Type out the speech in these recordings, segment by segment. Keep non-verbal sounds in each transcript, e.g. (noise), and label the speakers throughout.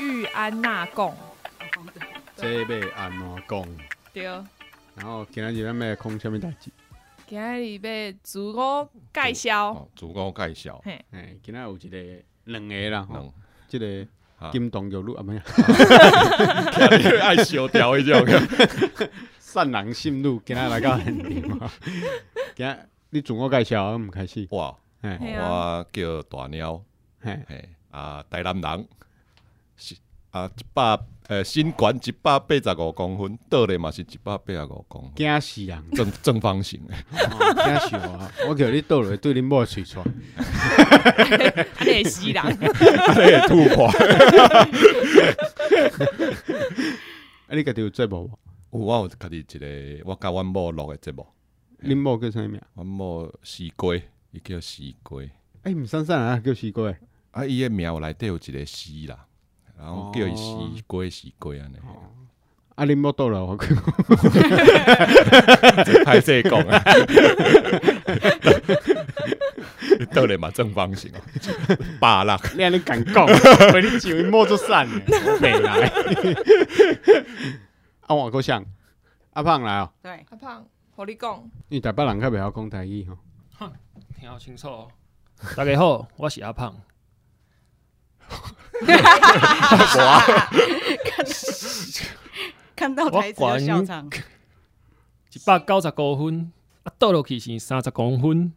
Speaker 1: 玉安那贡，
Speaker 2: 这要安怎讲？
Speaker 1: 对。
Speaker 2: 然后今仔日咱们要讲什么代志？
Speaker 1: 今仔日要自我介绍，
Speaker 3: 哦，自我介绍，
Speaker 1: 嘿，哦
Speaker 2: 哎，今仔有一个两个啦，吼，
Speaker 3: (laughs) 嗯，
Speaker 2: 这个
Speaker 3: 啊
Speaker 2: 金童玉女啊，不是， (laughs)
Speaker 3: 爱烧掉迄种，
Speaker 2: 善男信女，今仔来到现场 (laughs) 啊。今仔你自我介绍，我们开始。
Speaker 3: (laughs) 哇，
Speaker 2: 哎
Speaker 1: 嘿啊
Speaker 3: 我叫大鸟，
Speaker 2: 哎，
Speaker 3: 嘿，啊，台南人，是啊，一百，呃，身高一百八十五公分，倒咧嘛是一百八十五公分，
Speaker 2: 惊死人，
Speaker 3: 正 (laughs) 正方形的，
Speaker 2: 哦惊死我啊！ (laughs) 我叫你倒落，对恁某啊的喙出来。
Speaker 1: 安尼西人，
Speaker 3: 嘿，突破，
Speaker 2: 啊，你家己有节目无？
Speaker 3: 有我有家己一个，我甲阮某录的节目，
Speaker 2: 恁某叫啥名？
Speaker 3: 阮某西瓜，伊叫西瓜，
Speaker 2: 哎，毋算算啊，叫西瓜的。
Speaker 3: 啊，伊的名有内底有一个西啦，然后叫伊
Speaker 2: 哦
Speaker 3: 西瓜西瓜安尼，
Speaker 2: 啊，恁某倒落，我
Speaker 3: (laughs) 歹势讲啊，倒咧嘛正方形哦，八六
Speaker 2: 你安尼敢 (laughs) 讲？被你上伊摸做散的，袂 (laughs) 来。啊，我个想，阿胖来哦，
Speaker 4: 对，
Speaker 1: 阿胖，互你讲，
Speaker 2: 因为台北人较袂晓讲台语吼。
Speaker 5: 听好清楚、哦。大家好，我是阿胖。
Speaker 4: 看到台词就笑场。
Speaker 5: 一百九十公分，啊，倒落去是三十公分。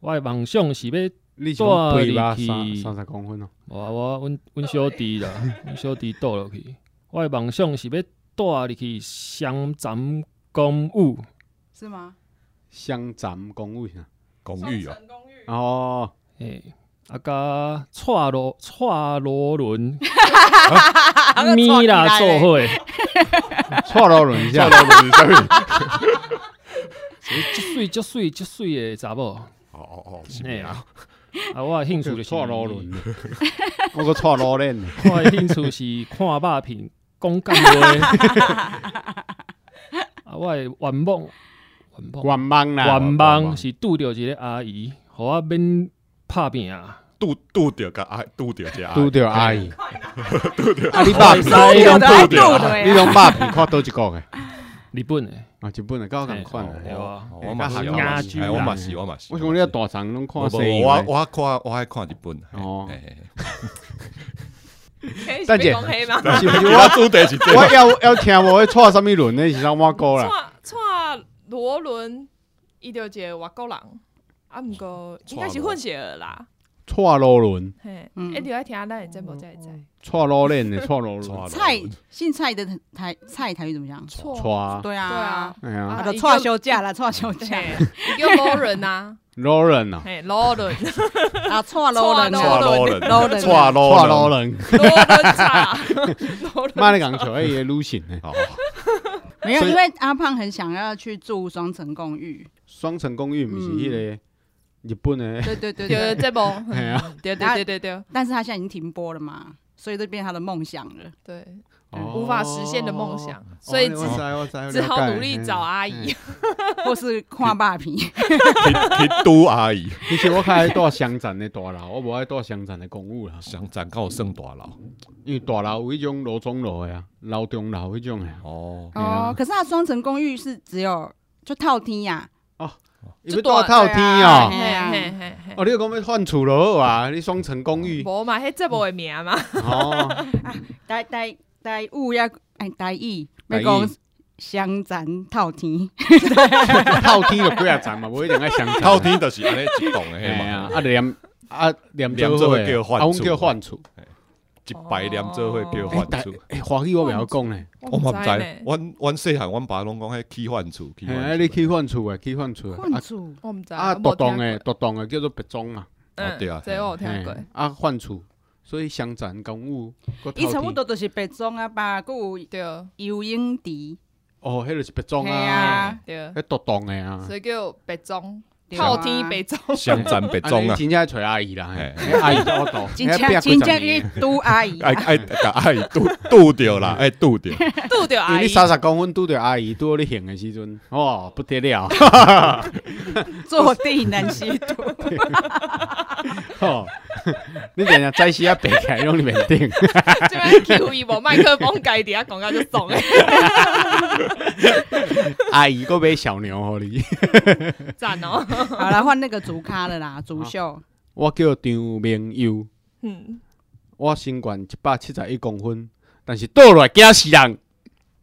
Speaker 5: 我的梦想是要，
Speaker 2: 你是讲肥
Speaker 5: 带
Speaker 2: 吧，
Speaker 5: 你去
Speaker 2: 三三十公分哦。
Speaker 5: 我我阮阮小弟 (laughs) 啦，阮小弟倒落去。我的梦想是要带入去双层公寓，
Speaker 2: (laughs)
Speaker 4: 是吗？
Speaker 2: 乡站公寓啊。
Speaker 3: 公寓哦，
Speaker 1: 公寓，
Speaker 2: 哦，
Speaker 5: 诶、啊甲蔡罗蔡罗 (laughs) 伦
Speaker 4: 啊
Speaker 5: 米啦做伙，
Speaker 2: 错路轮一下，
Speaker 5: 足水足水足水的查某。
Speaker 3: 哦哦哦，是
Speaker 5: 嘿
Speaker 3: 啊，
Speaker 5: 啊，我的兴趣就是
Speaker 2: 错路轮。我个错路链，
Speaker 5: 我的兴趣是看肉片、讲干话。啊，我的愿望，愿望，
Speaker 2: 冤枉啦，
Speaker 5: 愿
Speaker 3: 愿
Speaker 5: 望
Speaker 3: 望
Speaker 5: 是拄着一个阿姨，互我免拍拼啊。
Speaker 3: 拄拄着甲阿拄着只阿
Speaker 2: 拄着阿姨。啊，你
Speaker 5: 我
Speaker 2: 爸
Speaker 5: 会
Speaker 2: 皮，
Speaker 5: 使
Speaker 2: 你
Speaker 4: 有
Speaker 2: 拢
Speaker 4: 的
Speaker 2: 爸
Speaker 4: 还
Speaker 2: 皮
Speaker 4: 吐，
Speaker 2: 你
Speaker 4: 的
Speaker 2: 拢爸皮看倒一个诶？
Speaker 5: 日本的，
Speaker 2: 啊，日本诶，甲我共款
Speaker 5: 对
Speaker 2: 诶。
Speaker 5: 啊
Speaker 3: 哦我嘛是，
Speaker 2: 较
Speaker 3: 我嘛是，
Speaker 5: 韩
Speaker 3: 哎
Speaker 5: 国
Speaker 3: 我嘛
Speaker 2: 人
Speaker 3: 是，我嘛是。
Speaker 2: 我想你啊，大肠拢看
Speaker 3: 我
Speaker 2: 西
Speaker 3: 无
Speaker 2: 洋
Speaker 3: 我
Speaker 2: 的。
Speaker 3: 我看我爱看日本。
Speaker 2: 哦
Speaker 3: 嘿嘿嘿
Speaker 1: 可
Speaker 2: 蛋姐
Speaker 1: 以讲黑吗？
Speaker 2: 是
Speaker 3: (laughs)
Speaker 2: 不是
Speaker 3: 我主题是这
Speaker 2: 我
Speaker 3: 个，
Speaker 2: 要要听无，错什么轮呢？是啥我讲啦？
Speaker 1: 蔡蔡罗伦，伊就一个外国人，啊，毋过应该是混血儿啦，
Speaker 2: 错路轮，
Speaker 1: 嘿，
Speaker 4: 嗯
Speaker 1: 一定要听咱的节目才会知。
Speaker 2: 错路链的错路轮，
Speaker 4: 菜姓蔡的台蔡台语怎么讲？
Speaker 1: 错，
Speaker 2: 错。
Speaker 4: 对
Speaker 1: 对
Speaker 4: 啊
Speaker 1: 啊，，
Speaker 2: 哎呀
Speaker 4: 啊，
Speaker 1: 啊
Speaker 4: 就蔡休假啦，蔡休假，
Speaker 1: 嘿，伊叫罗伦 (laughs) 啊，
Speaker 2: ，Lauren 啊，
Speaker 1: 嘿，罗伦，
Speaker 4: (laughs) 啊，蔡老人
Speaker 1: 蔡
Speaker 3: 蔡
Speaker 4: 啊，
Speaker 3: 罗人，
Speaker 4: 老人
Speaker 3: 蔡
Speaker 2: 错
Speaker 3: 罗人，
Speaker 2: Lauren，
Speaker 1: 罗伦茶， (laughs) 罗伦，
Speaker 2: 妈你讲笑，哎，个女性呢？
Speaker 3: 好，
Speaker 4: 没有，
Speaker 2: 所以
Speaker 4: 因为阿胖很想要去住双层公 (laughs) 寓，
Speaker 2: 双层公寓
Speaker 1: 嗯
Speaker 2: 不是迄个日本的，
Speaker 4: 对对对
Speaker 1: 对
Speaker 4: 对，
Speaker 1: 节目，嗯
Speaker 2: 哎呀，
Speaker 1: 对对对对对
Speaker 4: 但是他现在已经停播了嘛，所以这变成他的梦想了。
Speaker 1: 对，
Speaker 2: 哦
Speaker 1: 嗯无法实现的梦想，所以
Speaker 2: 哦
Speaker 1: 只
Speaker 2: 我知我知我
Speaker 1: 只好
Speaker 2: 了解嗯
Speaker 1: 努力找啊阿 (laughs) 姨。
Speaker 4: 或是跨
Speaker 2: (laughs)
Speaker 4: 霸屏，
Speaker 2: 啊
Speaker 3: 去去拄阿姨，
Speaker 2: 其实我较爱住乡镇的大楼，我无爱住乡镇的公寓啦，
Speaker 3: 上站到算大楼。
Speaker 2: 因为大楼有迄种楼中楼的啊，楼中楼迄种的啊， (laughs)
Speaker 3: 哦，
Speaker 2: 对啊
Speaker 4: 哦，可是他双层公寓是只有就套厅呀，
Speaker 2: 伊
Speaker 1: 就
Speaker 2: 要住
Speaker 1: 大
Speaker 2: 套厅哦。
Speaker 4: 对啊
Speaker 1: 嘿嘿嘿嘿。
Speaker 2: 哦，你讲要换厝就好啊，你双层公寓
Speaker 1: 无嘛，迄节目的名嘛，
Speaker 2: 哦，
Speaker 4: 台台台务要哎台语，
Speaker 2: 台
Speaker 4: 要
Speaker 2: 语啊
Speaker 4: 讲乡咱套厅，
Speaker 2: 套厅就几啊层嘛，无一定爱乡
Speaker 3: (laughs)
Speaker 2: 镇。
Speaker 3: 头天就是安尼一栋的
Speaker 2: 嘿
Speaker 3: 迄
Speaker 2: 啊，
Speaker 3: 嘛，
Speaker 2: 啊连啊连
Speaker 3: 连
Speaker 2: 做
Speaker 3: 做
Speaker 2: 伙
Speaker 3: 伙
Speaker 2: 的
Speaker 3: 叫换
Speaker 2: 啊，阮
Speaker 3: 厝
Speaker 2: 叫换厝。
Speaker 3: 一排连做伙叫
Speaker 2: 哎，
Speaker 3: 番
Speaker 2: 但
Speaker 3: 厝。
Speaker 2: 哎，华语我袂晓讲呢。
Speaker 3: (laughs) 我嘛
Speaker 1: 不
Speaker 3: 毋
Speaker 1: 知
Speaker 3: 知，
Speaker 1: 呢，
Speaker 3: 阮阮细汉，阮爸拢讲迄起番厝，起
Speaker 2: 嘿，
Speaker 3: 番
Speaker 2: 啊
Speaker 3: 厝
Speaker 2: 你去换厝诶，去换厝诶。
Speaker 4: 困
Speaker 2: 啊
Speaker 4: 住
Speaker 1: 我毋知
Speaker 2: 啊，
Speaker 1: 我
Speaker 2: 独
Speaker 1: 无听
Speaker 2: 栋诶，独栋诶叫做别庄嘛。
Speaker 1: 过
Speaker 3: 哦对啊
Speaker 1: 嗯这个我有听过
Speaker 2: 嘿。啊，换厝，所以乡镇公寓搁
Speaker 4: 伊差
Speaker 2: 套
Speaker 4: 不
Speaker 2: 厅。
Speaker 4: 多就是白种啊吧，佮有
Speaker 1: 对
Speaker 4: 游泳池，
Speaker 2: 哦，迄就是别庄
Speaker 4: 嘿
Speaker 2: 啊，
Speaker 4: 啊，
Speaker 1: 对，
Speaker 2: 迄独栋诶啊。
Speaker 1: 所以叫白种，靠天
Speaker 4: 对啊
Speaker 1: 白走，
Speaker 3: 相战白
Speaker 2: (laughs) 安
Speaker 3: 种
Speaker 2: 尼
Speaker 3: 啊，
Speaker 2: 真正找阿姨啦，
Speaker 3: 嘿
Speaker 2: 嘿阿姨在我度，
Speaker 4: 真
Speaker 2: 那
Speaker 4: 正
Speaker 2: 拼几
Speaker 4: 真正
Speaker 2: 十
Speaker 4: 去
Speaker 2: 年
Speaker 4: 拄阿姨
Speaker 3: 爱
Speaker 4: 啊，
Speaker 3: 爱甲爱拄拄着啦，爱拄着。
Speaker 1: (laughs) 拄着
Speaker 2: 因
Speaker 1: 阿
Speaker 2: 为你
Speaker 1: 姨，
Speaker 2: 三十公分拄着阿姨，拄到你行的时阵，哦，不得了，
Speaker 4: (laughs) 坐地南西毒，
Speaker 2: 哦，你等下早时啊爬起来拢你面顶，
Speaker 1: (laughs) 这边 Q 伊无麦克风，家底下讲到就爽
Speaker 2: (laughs)
Speaker 1: 诶，
Speaker 2: 阿姨佫买小牛互你，
Speaker 1: 赞哦。
Speaker 4: 好啦，换那个竹咖的啦，竹秀，
Speaker 2: 我叫张明佑，
Speaker 1: (laughs) 嗯，
Speaker 2: 我身悬一百七十一公分，但是倒落来惊死人，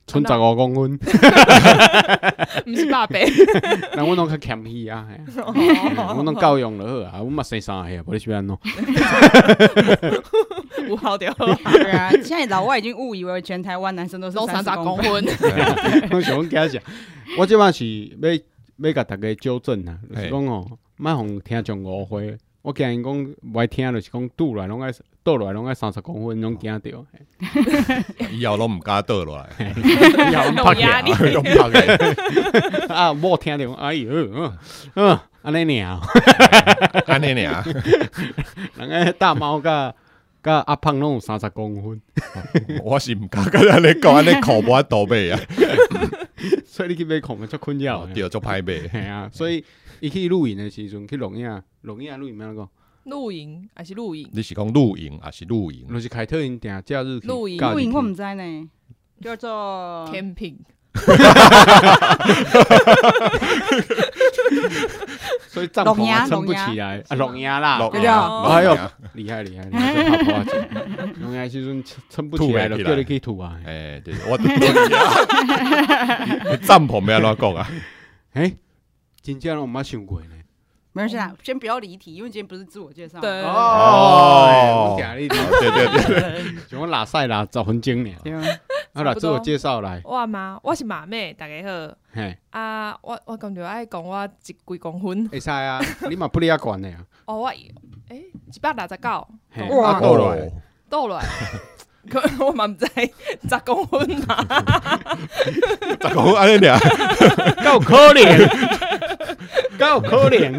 Speaker 2: 剩十五公分，
Speaker 1: 毋是八百，
Speaker 2: 人阮拢较谦虚啊，嘿
Speaker 1: (laughs) 哦
Speaker 2: 阮拢教养就好啊，阮嘛生三个，无你是要安怎？
Speaker 1: (laughs) 有好着，
Speaker 4: 对啊，现在老外已经误以为全台湾男生都
Speaker 1: (laughs)
Speaker 4: 是
Speaker 1: 拢三
Speaker 4: 三
Speaker 1: 十
Speaker 4: 十
Speaker 1: 公
Speaker 4: 公
Speaker 1: 分，
Speaker 3: 啊
Speaker 2: 我想讲啥？我即摆是要要甲大家纠正啊，就是讲吼，莫互听众误会。我惊因讲不爱听，就是讲拄来拢爱倒来拢爱三十公分，拢惊着。
Speaker 3: 以后拢毋敢倒落来，
Speaker 1: (laughs) 有压力。
Speaker 3: 拢拍个。
Speaker 2: (laughs) 啊，我听着，哎呦，嗯嗯，安尼尔，
Speaker 3: 安尼尔，
Speaker 2: 人家大猫甲 (laughs) 甲阿胖拢有三十公分， (laughs)
Speaker 3: 我是毋敢甲安尼讲，安尼口无倒买啊，
Speaker 2: 所以你去买恐龙足困扰的。
Speaker 3: 哦对，足歹买。
Speaker 2: 系啊，所以伊去露营的时阵，去录影，录影录影咩讲？
Speaker 1: (laughs) 露营还是露营？
Speaker 3: 你是讲露营啊还是露营？
Speaker 2: 就是开特因定假日去
Speaker 1: 露营
Speaker 2: 假日
Speaker 4: 露营
Speaker 2: 去
Speaker 4: 我毋知呢，叫
Speaker 1: 哦
Speaker 4: 做
Speaker 1: camping，
Speaker 2: 所以帐篷
Speaker 4: 龙
Speaker 2: 啊
Speaker 4: 牙
Speaker 2: 撑不
Speaker 4: 龙牙
Speaker 2: 起来啊，龙牙啦，
Speaker 3: 露
Speaker 1: 对
Speaker 3: 营啊
Speaker 1: 对
Speaker 2: 哎呦，厉害厉害，你这爬坡啊，
Speaker 4: (laughs)
Speaker 2: 龙牙时阵撑撑不起来了，
Speaker 3: 吐不起来
Speaker 2: 叫你去吐啊。
Speaker 3: 哎，对，我 (laughs) 帐篷要安怎讲啊？
Speaker 2: 哎，真正拢毋捌想过呢。
Speaker 4: 没关系啦，先不要离题，因为今天不是自我介绍。
Speaker 1: 对
Speaker 3: 哦
Speaker 2: 哎 (laughs) 我听你
Speaker 3: 对对对，
Speaker 2: 像我拉赛拉十分钟呢，
Speaker 4: 对啊，
Speaker 2: 啊啦，自我介绍来，
Speaker 1: 我嘛，我是马妹，大家好。
Speaker 2: 嘿，
Speaker 1: 啊，我我感觉爱讲我一几公分，
Speaker 2: 会使啊，你嘛不哩啊悬的啊，
Speaker 1: 哦，我诶一百六十九
Speaker 2: 嘿，
Speaker 4: 哇
Speaker 2: 啊倒落
Speaker 3: 哦 (laughs)
Speaker 2: 来，
Speaker 1: 倒落来， (laughs) 可我嘛毋知十公分吧。
Speaker 3: 十公分安尼尔， (laughs)
Speaker 2: 够可怜，够可怜。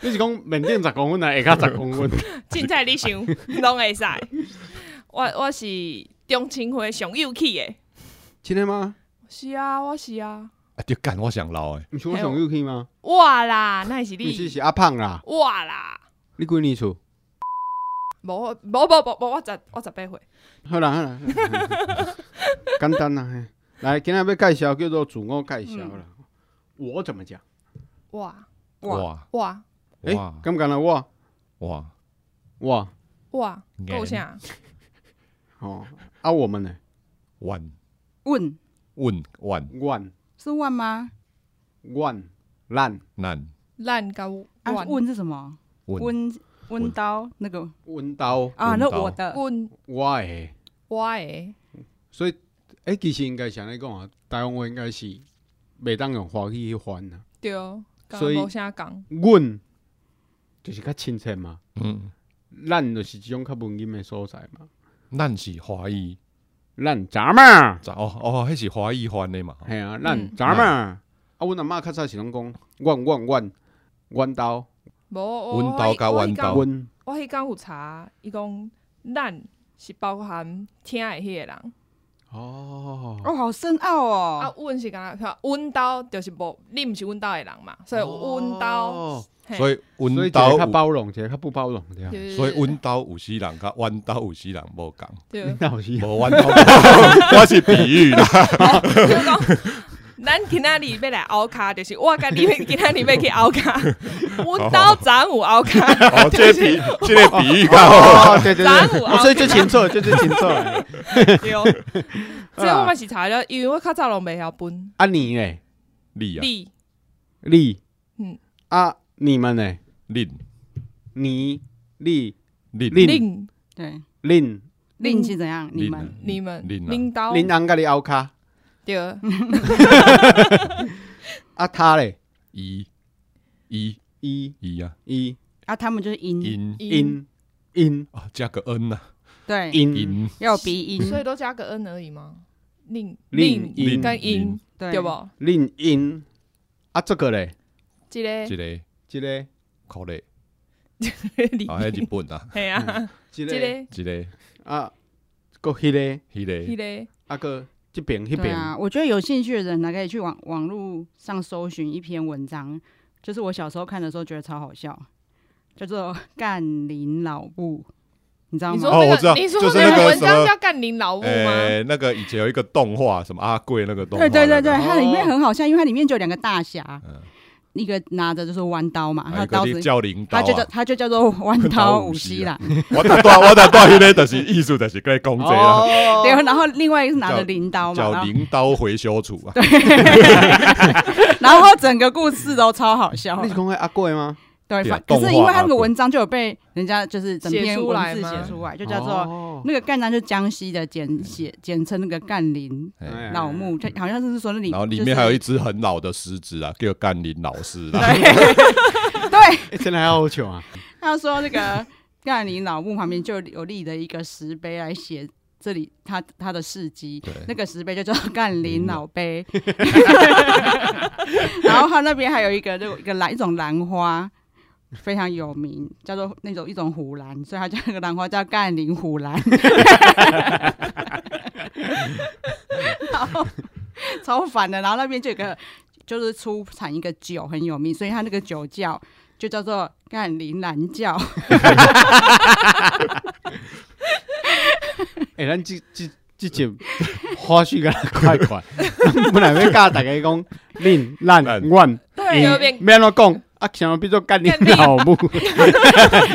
Speaker 2: 你是讲面顶十公分啊，下骹十公分，
Speaker 1: 凊彩 (laughs) 你想拢会使。我我是中青会上有气的，
Speaker 2: 真的吗？
Speaker 1: 是啊，我是啊，
Speaker 3: 啊就干我上老诶，
Speaker 2: 毋是我上有去吗？
Speaker 1: 我啦，那是
Speaker 2: 毋是
Speaker 1: 你，
Speaker 2: 是阿胖啦，
Speaker 1: 我啦，
Speaker 2: 你几年厝？
Speaker 1: 无无无无无，我十我十八岁，
Speaker 2: 好啦好啦，简单啦。嘿来，今天要介绍叫做自我介绍啦。我怎么讲？
Speaker 1: 哇
Speaker 4: 哇，
Speaker 3: 哇
Speaker 1: 哇
Speaker 2: 诶，
Speaker 3: 哇
Speaker 2: 敢敢若我
Speaker 3: 哇，
Speaker 2: 我
Speaker 1: 哇，够啥？
Speaker 2: 哦，啊我们呢？
Speaker 3: 万
Speaker 4: 问
Speaker 3: 问万
Speaker 2: 阮
Speaker 4: 是问吗？
Speaker 2: 阮咱
Speaker 3: 难
Speaker 1: 咱甲阮
Speaker 4: 啊，问是什么？
Speaker 3: 问
Speaker 4: 温温刀那个
Speaker 2: 阮兜
Speaker 4: 啊，
Speaker 3: 温
Speaker 4: 那
Speaker 3: 刀
Speaker 4: 我的
Speaker 1: 阮
Speaker 2: 我诶，
Speaker 1: 我的
Speaker 2: 所以诶，其实应该是安尼讲啊，台湾话应该是袂当用华语去翻啊。
Speaker 1: 对，甲
Speaker 2: 所以
Speaker 1: 无啥讲，
Speaker 2: 阮就是较亲切嘛，
Speaker 3: 嗯，
Speaker 2: 咱就是即种较文音的所在嘛。
Speaker 3: 咱是华裔，
Speaker 2: 咱咱嘛，
Speaker 3: 咋哦哦，迄是华裔翻的嘛，
Speaker 2: 系啊，
Speaker 1: 嗯
Speaker 2: 咱咱嘛。啊，阮阿嬷较早是拢讲阮阮阮阮兜
Speaker 1: 无我
Speaker 3: 阮兜甲
Speaker 1: 我
Speaker 3: 阮
Speaker 1: 我
Speaker 3: 兜
Speaker 1: 迄天
Speaker 2: 阮
Speaker 1: 我迄工有查，伊讲咱是包含听的迄个人。
Speaker 2: 哦
Speaker 4: 哦，好深奥
Speaker 1: 啊
Speaker 4: 哦，，
Speaker 1: 阮是干呐？阮兜就是无，你毋是阮兜的人嘛，所以阮兜，
Speaker 2: 哦
Speaker 1: 嘿
Speaker 3: 所以
Speaker 2: 所以
Speaker 3: 阮
Speaker 2: 一个较
Speaker 3: 兜
Speaker 2: 包容，一个较不包容，对啊。
Speaker 1: 对
Speaker 3: 所以阮兜有死人，甲阮兜有死人
Speaker 2: (laughs)
Speaker 3: 无共，
Speaker 1: 对，
Speaker 2: 那有
Speaker 3: (laughs)
Speaker 2: 时
Speaker 3: 无阮兜，我是比
Speaker 2: (laughs)
Speaker 3: 喻啦，
Speaker 1: 就讲咱今仔日要来凹卡，就是我甲你们今仔日要 (laughs) 去凹卡，阮兜昨暗有凹卡， (laughs)
Speaker 3: 哦，这个比 (laughs) 这个比喻较
Speaker 2: (laughs)
Speaker 3: 好，
Speaker 2: 哦，对对
Speaker 1: 咱有
Speaker 2: 对，
Speaker 1: 啊
Speaker 2: 哦所以就清楚，这就清楚了。
Speaker 1: 对，哦
Speaker 3: (laughs)
Speaker 1: 所以
Speaker 3: 啊
Speaker 1: 我嘛是查了，因为我较早拢袂晓分
Speaker 2: 啊，你嘞，
Speaker 3: 你啊，
Speaker 1: 你
Speaker 2: 你，
Speaker 1: 嗯
Speaker 2: 啊，你们嘞，
Speaker 3: 恁
Speaker 2: 你，你，
Speaker 3: 恁
Speaker 2: 恁
Speaker 1: 恁
Speaker 4: 对，
Speaker 2: 恁
Speaker 4: 令是怎样？你
Speaker 3: 恁
Speaker 4: 们
Speaker 3: 啊
Speaker 1: 你们
Speaker 3: 恁啊
Speaker 1: 恁兜
Speaker 2: 恁翁甲你后骹
Speaker 1: 对，
Speaker 2: 啊，他嘞，
Speaker 3: 伊伊
Speaker 2: 伊
Speaker 3: 伊啊，
Speaker 2: 伊
Speaker 4: 啊，他们就是音，
Speaker 3: 因
Speaker 2: 因因
Speaker 3: 啊，加个恩呐，
Speaker 4: 对，
Speaker 1: 嗯
Speaker 2: 因
Speaker 3: 因
Speaker 4: 要有鼻音，
Speaker 1: 所以都加个 n 而已吗？令
Speaker 2: 令
Speaker 1: 令
Speaker 2: 因
Speaker 1: 跟音
Speaker 4: 对
Speaker 1: 对？不？
Speaker 2: 恁因啊，这个嘞，
Speaker 1: 即个 (laughs)
Speaker 3: 一个
Speaker 2: 一个
Speaker 3: 可能
Speaker 1: 你
Speaker 3: 啊，
Speaker 1: (laughs)
Speaker 3: 迄日本啊，
Speaker 1: 系啊，
Speaker 2: 一
Speaker 1: 即
Speaker 2: 个
Speaker 1: 个
Speaker 3: 一个
Speaker 2: 啊，搁迄个
Speaker 3: 迄
Speaker 1: 迄
Speaker 3: 个
Speaker 1: 个
Speaker 2: 啊，搁即边迄
Speaker 4: 对
Speaker 2: 边，
Speaker 4: 啊，我觉得有兴趣的人呢，可以去网网络上搜寻一篇文章，就是我小时候看的时候觉得超好笑，叫 (laughs) 做《干林老布》，你知道
Speaker 1: 你
Speaker 4: 吗？
Speaker 1: 说
Speaker 3: 哦我
Speaker 1: 那
Speaker 3: 知道
Speaker 1: 个，你说
Speaker 3: 就是
Speaker 1: 那
Speaker 3: 那个
Speaker 1: 文
Speaker 3: 什
Speaker 1: 章
Speaker 3: 么呃
Speaker 1: 叫干林
Speaker 4: 哦
Speaker 1: 老屋吗？
Speaker 3: 诶，哎那个以前有一个动画，什么阿贵那个动画，
Speaker 4: 对对对对，
Speaker 3: 那个
Speaker 4: 它里面很好笑，因为它里面就有两个大侠，
Speaker 3: 嗯
Speaker 4: 一个拿着就是弯刀嘛，
Speaker 3: 啊
Speaker 4: 他
Speaker 3: 一
Speaker 4: 刀
Speaker 3: 个
Speaker 4: 子
Speaker 3: 是，叫铃刀
Speaker 4: 他就叫
Speaker 3: 啊，
Speaker 4: 他就叫
Speaker 3: (laughs)
Speaker 4: 做弯刀
Speaker 3: 刀
Speaker 4: 武
Speaker 3: 武
Speaker 4: 西
Speaker 3: 西
Speaker 4: 啦
Speaker 3: 啊。我打断我打断，迄个就是艺术，就是跟你讲这个
Speaker 4: (laughs)
Speaker 3: 啦。
Speaker 2: 哦
Speaker 4: 对，啊然后另外一个是拿着
Speaker 3: 啊叫
Speaker 4: 镰刀嘛，
Speaker 3: 叫
Speaker 4: 然后
Speaker 3: 镰刀回修处啊，
Speaker 4: (laughs) 然后整个故事都超好
Speaker 3: (laughs)
Speaker 4: 笑
Speaker 2: 你。是讲迄阿贵吗？
Speaker 4: 对，
Speaker 3: 对啊
Speaker 4: 反可是
Speaker 3: 动画
Speaker 4: 因为他
Speaker 3: 阿
Speaker 4: 那个
Speaker 3: 贵
Speaker 4: 文章就有被人家就是整篇
Speaker 1: 写出来
Speaker 4: 文字
Speaker 1: 吗
Speaker 4: 写出来，就叫
Speaker 3: 哦
Speaker 4: 做
Speaker 2: 做
Speaker 4: (laughs) 那个赣南就江西的简写简称那个赣林
Speaker 3: 哎
Speaker 4: 老木，就好像是说那里，
Speaker 3: 然后里
Speaker 4: 就是
Speaker 3: 面还有一只很老的狮子啊，叫甘霖老师啊啦。
Speaker 4: 对，
Speaker 2: 欸
Speaker 4: (laughs)
Speaker 2: 真的哎还好笑啊！
Speaker 4: 他说那个赣林老木旁边就有立的一个石碑来写。这里他他的事迹
Speaker 3: 对，
Speaker 4: 那个石碑就叫赣林老碑， (laughs) 然后他那边还有一个就一个兰一种兰花非常有名，叫做那种一种虎兰，所以他叫那个兰花叫赣林
Speaker 3: (laughs)
Speaker 4: 虎兰，然后超烦的。然后那边就有一个就是出产一个酒很有名，所以他那个酒窖就叫做赣林兰窖。
Speaker 2: 诶，哎咱即即即集花絮甲快快， (laughs) 本来要教大家讲恁咱
Speaker 3: 咱
Speaker 2: 阮，
Speaker 1: 对，有点
Speaker 2: 免怎讲啊，想要变做干你
Speaker 1: 干你
Speaker 2: 老母，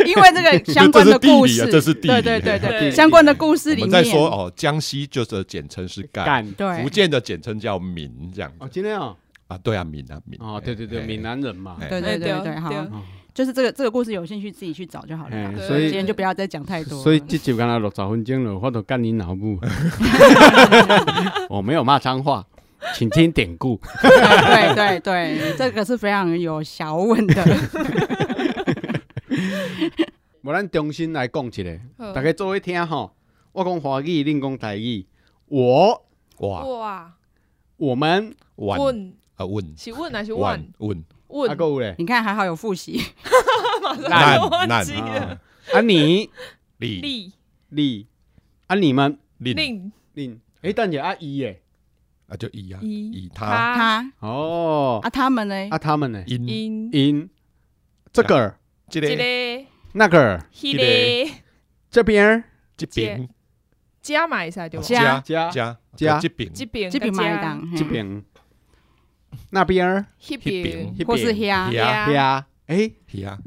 Speaker 4: 因为这个相关的故事，
Speaker 3: 这是地理啊这是地理
Speaker 4: 对对对
Speaker 1: 对
Speaker 4: 对，相关的故事
Speaker 3: 我
Speaker 4: 里
Speaker 3: 们
Speaker 4: 面，
Speaker 3: 在说哦，江西就是简称是赣，
Speaker 2: 干
Speaker 4: 对
Speaker 3: 福建的简称叫闽这样
Speaker 2: 哦，
Speaker 3: 子
Speaker 2: 真的哦，
Speaker 3: 啊，对啊，闽啊闽
Speaker 2: 哦，对对对，闽，南人嘛
Speaker 3: 哎，
Speaker 4: 对对
Speaker 1: 啊
Speaker 4: 对对，好，
Speaker 2: 哦
Speaker 4: 就是这个这个故事有兴趣自己去找就好了啦
Speaker 2: 哎，。
Speaker 1: 对
Speaker 2: 所
Speaker 4: 今
Speaker 2: 以
Speaker 4: 天就不要再讲太多了，
Speaker 2: 所以这集干了六十分钟了，我都干你老 (laughs) 母。我没有骂脏话，请听典故。
Speaker 4: 对对对，这个是非常有小问的，
Speaker 2: 无咱重新来讲一下，
Speaker 1: 好
Speaker 2: 大家做伙听吼。我讲华语，恁讲台语。我
Speaker 3: 哎哇，
Speaker 1: 哇，
Speaker 2: 我们
Speaker 3: 问
Speaker 1: 问
Speaker 3: 啊问
Speaker 1: 是问还是
Speaker 3: 问
Speaker 1: 问
Speaker 4: (laughs)
Speaker 2: 阿
Speaker 3: 问
Speaker 1: 问？
Speaker 2: 啊个有嘞，
Speaker 4: 你看还好有复习，
Speaker 1: (laughs) 马上
Speaker 3: 烂
Speaker 1: 就忘
Speaker 3: 烂
Speaker 1: 记了。
Speaker 2: 啊啊你
Speaker 3: 李
Speaker 1: 立
Speaker 2: 你啊你们
Speaker 3: 啊令
Speaker 1: 令
Speaker 2: 恁诶，等一下啊伊诶，
Speaker 3: 啊就以啊
Speaker 1: 一
Speaker 3: 以他
Speaker 4: 他
Speaker 2: 哦
Speaker 4: 啊他们呢
Speaker 2: 啊？他们呢？
Speaker 3: 因
Speaker 1: 因
Speaker 2: 因这个儿
Speaker 3: 嗯这
Speaker 1: 一
Speaker 3: 个
Speaker 1: 个
Speaker 2: 那个儿
Speaker 1: 迄个
Speaker 2: 这边儿
Speaker 3: 这边
Speaker 1: 加买一下对吧？
Speaker 4: 加
Speaker 2: 加
Speaker 3: 加
Speaker 2: 加
Speaker 3: 这边
Speaker 1: 这边
Speaker 4: 这边买
Speaker 1: 加
Speaker 4: 档，嘿
Speaker 2: 这边那边儿
Speaker 1: 迄
Speaker 3: 那
Speaker 1: 边
Speaker 3: 边
Speaker 2: 那
Speaker 4: 或是
Speaker 2: 边
Speaker 4: 虾，
Speaker 3: 呀
Speaker 1: 呀，
Speaker 2: 遐诶，
Speaker 3: 呀，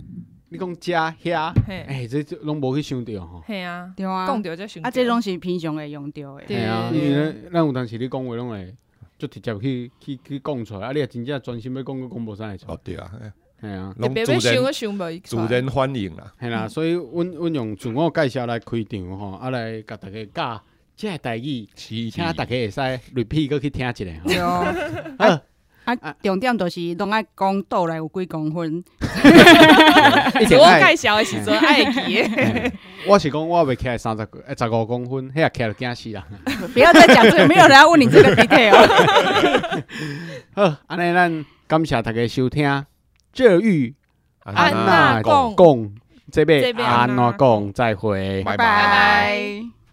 Speaker 2: 你讲加遐
Speaker 1: 嘿，
Speaker 2: 诶，这这拢无去想着吼。
Speaker 1: 嘿啊，
Speaker 4: 对啊
Speaker 1: 讲，着才想到。
Speaker 4: 啊这种是平常会用到的，
Speaker 1: 对
Speaker 2: 系啊，
Speaker 1: 对
Speaker 2: 因为咱咱有当时你讲话拢会，就直接去去去讲出来，啊，你若真正专心要讲，佫讲无啥会出
Speaker 3: 哦。对啊，哎
Speaker 2: 系啊，
Speaker 1: 特
Speaker 3: 拢
Speaker 1: 别
Speaker 3: 主
Speaker 1: 要想
Speaker 3: 人
Speaker 1: 个想袂出
Speaker 3: 主
Speaker 1: 来。
Speaker 3: 人欢迎啦，
Speaker 2: 系啦，所以阮阮用自我介绍来开场吼，啊来甲大家教即个代志，
Speaker 3: 起
Speaker 2: 请大家会使 repeat 佫去听一下
Speaker 1: (laughs)
Speaker 2: 吼。
Speaker 4: 对哦。
Speaker 2: 啊
Speaker 4: 啊，重点就是拢爱讲倒来有几公分，
Speaker 2: 一
Speaker 1: 自
Speaker 2: 定
Speaker 1: 我
Speaker 2: 爱
Speaker 1: 介绍的时阵爱记的，
Speaker 2: 嘿我是讲我袂起来三十诶十五公分，迄也起来就惊死人。
Speaker 4: 不要再讲这个，没有人要问你这个 detail。
Speaker 2: 好，安尼咱感谢大家收听，这遇
Speaker 1: 安娜讲
Speaker 2: 讲讲，这
Speaker 1: 这
Speaker 2: 边
Speaker 1: 边
Speaker 2: 安
Speaker 1: 安
Speaker 2: 娜
Speaker 1: 娜
Speaker 2: 讲，再会。
Speaker 3: 拜
Speaker 4: 拜
Speaker 3: 拜
Speaker 4: 拜。